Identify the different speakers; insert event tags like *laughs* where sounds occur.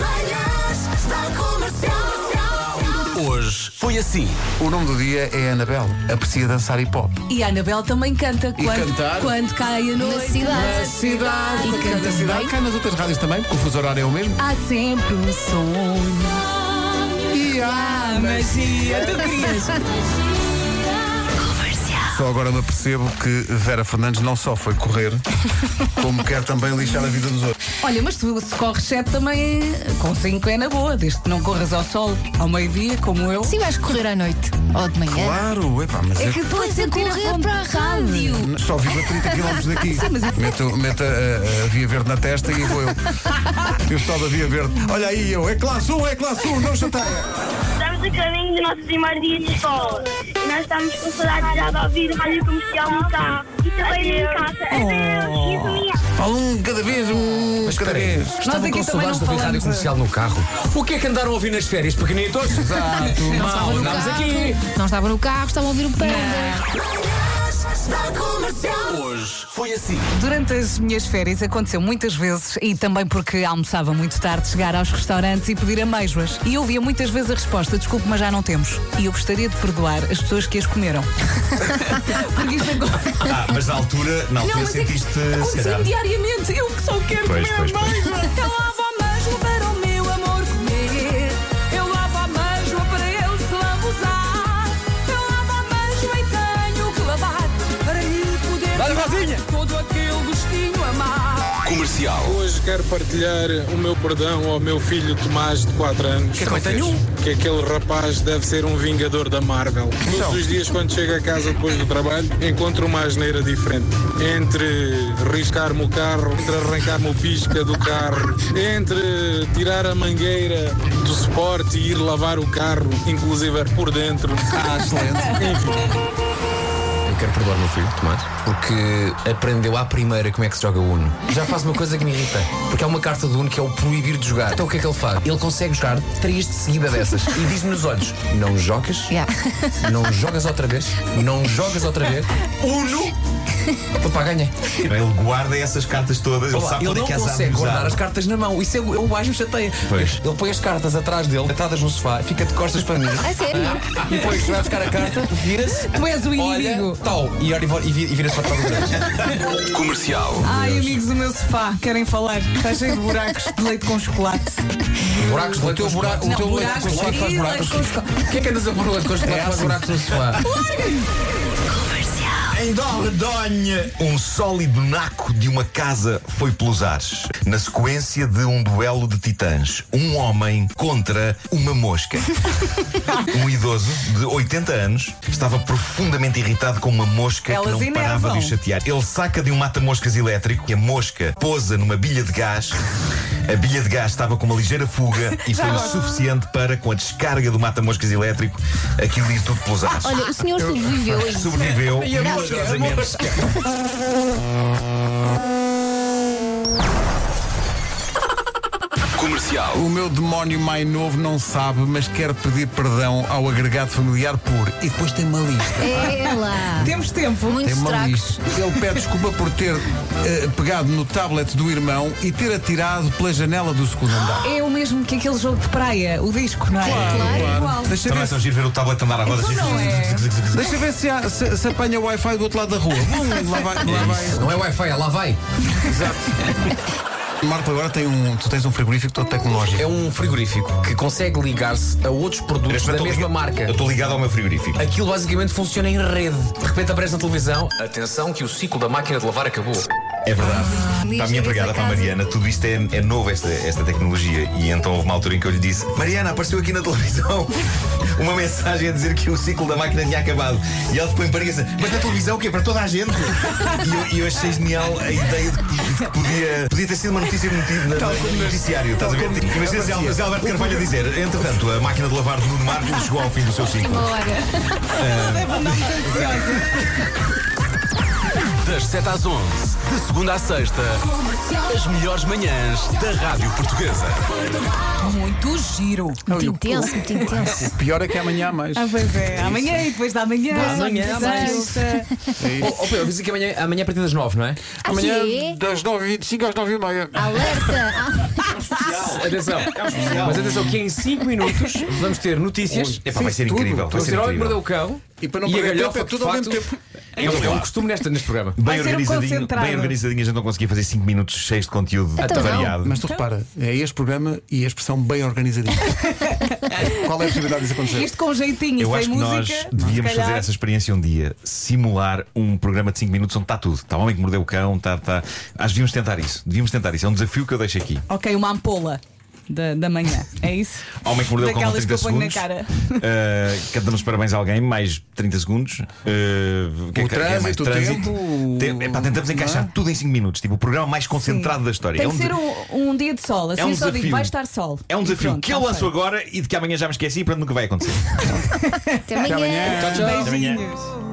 Speaker 1: Manhãs da Comercial.
Speaker 2: Hoje foi assim.
Speaker 3: O nome do dia é Anabel. Aprecia dançar hip hop.
Speaker 4: E a Anabel também canta quando,
Speaker 3: cantar.
Speaker 4: quando cai a
Speaker 5: Na
Speaker 4: noite.
Speaker 5: cidade.
Speaker 3: Cidade,
Speaker 5: E canta
Speaker 3: cidade.
Speaker 5: bem.
Speaker 3: Cai nas outras rádios também, porque o fuso horário é o mesmo.
Speaker 4: Há sempre um sonho.
Speaker 3: E há.
Speaker 4: Ah, magia, tu querias.
Speaker 3: Só agora me percebo que Vera Fernandes não só foi correr, como quer também lixar a vida dos outros.
Speaker 4: Olha, mas tu se corres 7 também com 5 é na boa, desde que não corras ao sol ao meio-dia, como eu.
Speaker 5: Sim, vais correr à noite ou de manhã.
Speaker 3: Claro, epá, mas
Speaker 4: É
Speaker 3: eu
Speaker 5: Depois a correr
Speaker 4: fome
Speaker 5: para a rádio.
Speaker 3: só vivo a 30 km daqui. Meto, meto a, a- a Via Verde na testa e vou eu. E o pessoal da Via Verde. Olha aí eu, é classe 1, é classe 1, não chateia.
Speaker 6: Estamos a caminho do nosso primeiro dia de escola. E nós estamos com saudades já de ouvir rádio comercial no carro. E também em casa. Adeus. E amanhã.
Speaker 3: Fala um cada vez, um cada vez.
Speaker 2: Estavam
Speaker 4: aqui também
Speaker 2: com saudades
Speaker 4: não
Speaker 2: de ouvir
Speaker 4: falamos,
Speaker 2: rádio
Speaker 4: é?
Speaker 2: comercial no carro. O que é que andaram a ouvir nas férias, pequenitos? Exato, mal, andámos aqui.
Speaker 5: Não estava no carro, estava a ouvir o panda.
Speaker 1: Manhãs da Comercial.
Speaker 2: Hoje foi assim.
Speaker 4: Durante as minhas férias aconteceu muitas vezes, e também porque almoçava muito tarde, chegar aos restaurantes e pedir amêijoas. E eu ouvia muitas vezes a resposta: desculpe, mas já não temos. E eu gostaria de perdoar as pessoas que as
Speaker 2: *laughs*
Speaker 4: comeram. porque isto acontece.
Speaker 7: Ah, mas na altura, na altura
Speaker 4: é que
Speaker 7: sentiste. se calhar,
Speaker 4: acontecia-me diariamente. Eu que só quero
Speaker 7: Pois,
Speaker 4: comer
Speaker 7: pois, pois.
Speaker 4: amêijoa. Então lava a amêijoa para o meu amor comer. Eu lavo a amêijoa para ele se lambuzar. Eu lavo a amêijoa e tenho que lavar para lhe poder
Speaker 2: Dá-lhe
Speaker 4: dar
Speaker 2: vozinha.
Speaker 4: todo aquele gostinho amar.
Speaker 2: Comercial.
Speaker 8: Hoje quero partilhar o meu perdão ao meu filho Tomás de 4 anos.
Speaker 2: Que é que eu tenho?
Speaker 8: Que aquele rapaz deve ser um vingador da Marvel.
Speaker 2: Então.
Speaker 8: Todos os dias, quando chega a casa depois do trabalho, encontro uma asneira diferente. Entre riscar-me o carro, entre arrancar-me o pisca do carro, entre tirar a mangueira do suporte e ir lavar o carro, inclusive é por dentro.
Speaker 3: Ah, excelente.
Speaker 2: Eu quero perdoar o meu filho, Tomás, porque aprendeu à primeira como é que se joga Uno. Já faz uma coisa que me irrita, porque há uma carta do Uno que é o proibir de jogar. Então o que é que ele faz? Ele consegue jogar três de seguida dessas e diz-me nos olhos: não jogas,
Speaker 5: Yeah.
Speaker 2: não jogas outra vez, não jogas outra vez. Uno! Papá, ganha.
Speaker 7: Ele guarda essas cartas todas, ele sabe
Speaker 2: ele
Speaker 7: onde é
Speaker 2: não
Speaker 7: que as há de
Speaker 2: consegue guardar as
Speaker 7: usar.
Speaker 2: cartas na mão. Isso é o o mais me chateia.
Speaker 7: Pois.
Speaker 2: Ele põe as cartas atrás dele, atadas no sofá, fica de costas para mim.
Speaker 5: A sério?
Speaker 2: E depois vai buscar a carta, vira-se.
Speaker 4: Tu és o
Speaker 2: Olha,
Speaker 7: oh,
Speaker 2: tal, e, olha e vo- e vi- e vira-se para trás outra vez.
Speaker 4: Ai, amigos do meu sofá, querem falar? Está cheio de buracos de leite com chocolate.
Speaker 2: Buracos, o teu buraco, o
Speaker 4: Não,
Speaker 2: teu leite
Speaker 4: buracos
Speaker 2: com chocolate
Speaker 4: e
Speaker 2: faz buracos.
Speaker 4: leite com chocolate.
Speaker 2: O que é que andas a pôr no leite com chocolate faz buracos no sofá?
Speaker 7: Em Dorredonha, um sólido naco de uma casa foi pelos ares, na sequência de um duelo de titãs. Um homem contra
Speaker 4: *laughs*
Speaker 7: uma mosca. um idoso de 80 anos estava profundamente irritado com uma mosca
Speaker 4: Elas
Speaker 7: que não parava
Speaker 4: enervam.
Speaker 7: de o chatear. Ele saca de um mata-moscas elétrico e a mosca pousa numa bilha de gás. A bilha de gás estava com uma ligeira fuga e foi o suficiente para, com a descarga do mata-moscas elétrico, aquilo ir tudo pelos ares
Speaker 5: Olha, o senhor sobreviveu
Speaker 7: *laughs*
Speaker 5: a isso.
Speaker 7: sobreviveu
Speaker 2: E a
Speaker 4: é
Speaker 2: mosca, a
Speaker 7: maravilhosamente.
Speaker 2: mosca.
Speaker 3: O meu demónio mais novo não sabe, mas quer pedir perdão ao agregado familiar por. E depois tem uma lista.
Speaker 5: É lá.
Speaker 4: Temos tempo.
Speaker 3: Tem
Speaker 5: Muitos
Speaker 3: uma
Speaker 5: tracos.
Speaker 3: lista. Ele pede desculpa por ter eh, pegado no tablet do irmão e ter atirado pela janela do segundo andar.
Speaker 4: É o mesmo que aquele jogo de praia, o disco, não é?
Speaker 5: Claro.
Speaker 4: É igual.
Speaker 3: Deixa
Speaker 7: Também é
Speaker 3: ver,
Speaker 7: tão giro ver o tablet andar à roda.
Speaker 4: Então não é.
Speaker 3: deixa ver se, há- se- se apanha o Wi-Fi do outro lado da rua. Hum, lá vai, lá vai.
Speaker 2: Não é Wi-Fi, é lá vai.
Speaker 3: Marta, agora tem um, tu tens um frigorífico todo tecnológico.
Speaker 2: É um frigorífico que consegue ligar-se a outros produtos da mesma marca.
Speaker 7: Eu estou ligado ao meu frigorífico.
Speaker 2: Aquilo basicamente funciona em rede. De repente aparece na televisão. Atenção que o ciclo da máquina de lavar acabou.
Speaker 7: É verdade. Para a minha empregada,
Speaker 5: essa
Speaker 7: para a
Speaker 5: casa.
Speaker 7: Mariana, tudo isto é, é novo, esta, esta tecnologia. E então houve uma altura em que eu lhe disse: Mariana, apareceu aqui na televisão *laughs* uma mensagem a dizer que o ciclo da máquina tinha acabado. E ela ficou em Paris Mas na televisão o quê? Para toda a gente? E eu, e eu achei genial a ideia de que, de que podia, podia ter sido uma notícia metida na- no noticiário. Estás a ver? Imagina se Al- se Alberto Carvalho a dizer: Entretanto, a máquina de lavar de Nuno Marco chegou ao fim do seu ciclo.
Speaker 5: Bora.
Speaker 9: Das 7 às 11, de segunda à sexta, as melhores manhãs da Rádio Portuguesa.
Speaker 4: Muito giro.
Speaker 5: Muito intenso, muito intenso.
Speaker 3: O pior é que amanhã há mais.
Speaker 4: Ah, pois é. Amanhã e depois da manhã.
Speaker 2: Amanhã, mas- Oh, oh, Pedro, dizem que amanhã, amanhã é a
Speaker 5: Ah,
Speaker 2: partir das 9, não é?
Speaker 5: Aqui é Ah,
Speaker 3: das 9h25 às 9h30.
Speaker 5: alerta.
Speaker 7: especial.
Speaker 2: Atenção.
Speaker 7: É um especial.
Speaker 2: Mas atenção, que em 5 minutos vamos ter notícias.
Speaker 7: Epá, vai ser
Speaker 2: Tudo.
Speaker 7: incrível. Vai
Speaker 2: Vamos
Speaker 7: ser
Speaker 2: ter Homem que
Speaker 7: incrível.
Speaker 2: Mordeu o Cão
Speaker 3: E para não
Speaker 2: a
Speaker 3: perder tempo,
Speaker 2: Galhofa,
Speaker 3: é
Speaker 2: que,
Speaker 3: tudo
Speaker 2: de
Speaker 3: ao mesmo
Speaker 2: facto,
Speaker 3: tempo.
Speaker 2: É um, é um costume nesta, neste programa.
Speaker 7: Bem
Speaker 4: Vai ser um
Speaker 7: organizadinho,
Speaker 4: concentrado.
Speaker 7: bem organizadinho, a gente não conseguia fazer 5 minutos cheios de conteúdo
Speaker 5: Então não.
Speaker 7: variado.
Speaker 3: Mas tu repara, é este programa e a expressão bem *laughs* organizadinha. Qual é a possibilidade disso acontecer?
Speaker 4: Isto com jeitinho,
Speaker 7: Eu
Speaker 4: sem
Speaker 7: acho que
Speaker 4: música.
Speaker 7: nós
Speaker 4: se
Speaker 7: devíamos
Speaker 4: calhar.
Speaker 7: fazer essa experiência um dia, simular um programa de 5 minutos onde está tudo. Está o homem que mordeu o cão, está. está... Acho que devíamos tentar isso. Devíamos tentar isso. É um desafio que eu deixo aqui.
Speaker 4: Ok, uma ampola da, da manhã. É isso?
Speaker 7: Homem que mordeu o cão
Speaker 4: Daquelas
Speaker 7: 30
Speaker 4: que eu ponho na
Speaker 7: segundos.
Speaker 4: cara.
Speaker 7: Uh, que damos parabéns a alguém, mais 30 segundos. Uh, que é que- que é mais?
Speaker 3: trânsito, o tempo,
Speaker 7: Tem- epá, tentamos
Speaker 3: não é?
Speaker 7: encaixar tudo em 5 minutos. Tipo, o programa mais concentrado da história.
Speaker 4: Tem
Speaker 7: É
Speaker 4: que
Speaker 7: um
Speaker 4: ser
Speaker 7: de-
Speaker 4: um, um dia de sol. Assim
Speaker 7: É um
Speaker 4: eu só digo,
Speaker 7: desafio.
Speaker 4: vai estar sol.
Speaker 7: É um
Speaker 4: E
Speaker 7: desafio
Speaker 4: pronto,
Speaker 7: que eu
Speaker 4: tá
Speaker 7: lanço
Speaker 4: feito.
Speaker 7: agora e de que amanhã já me esqueci e pronto, nunca vai acontecer.
Speaker 5: Até amanhã.
Speaker 3: Amanhã.
Speaker 7: Até amanhã.
Speaker 4: Beijinhos.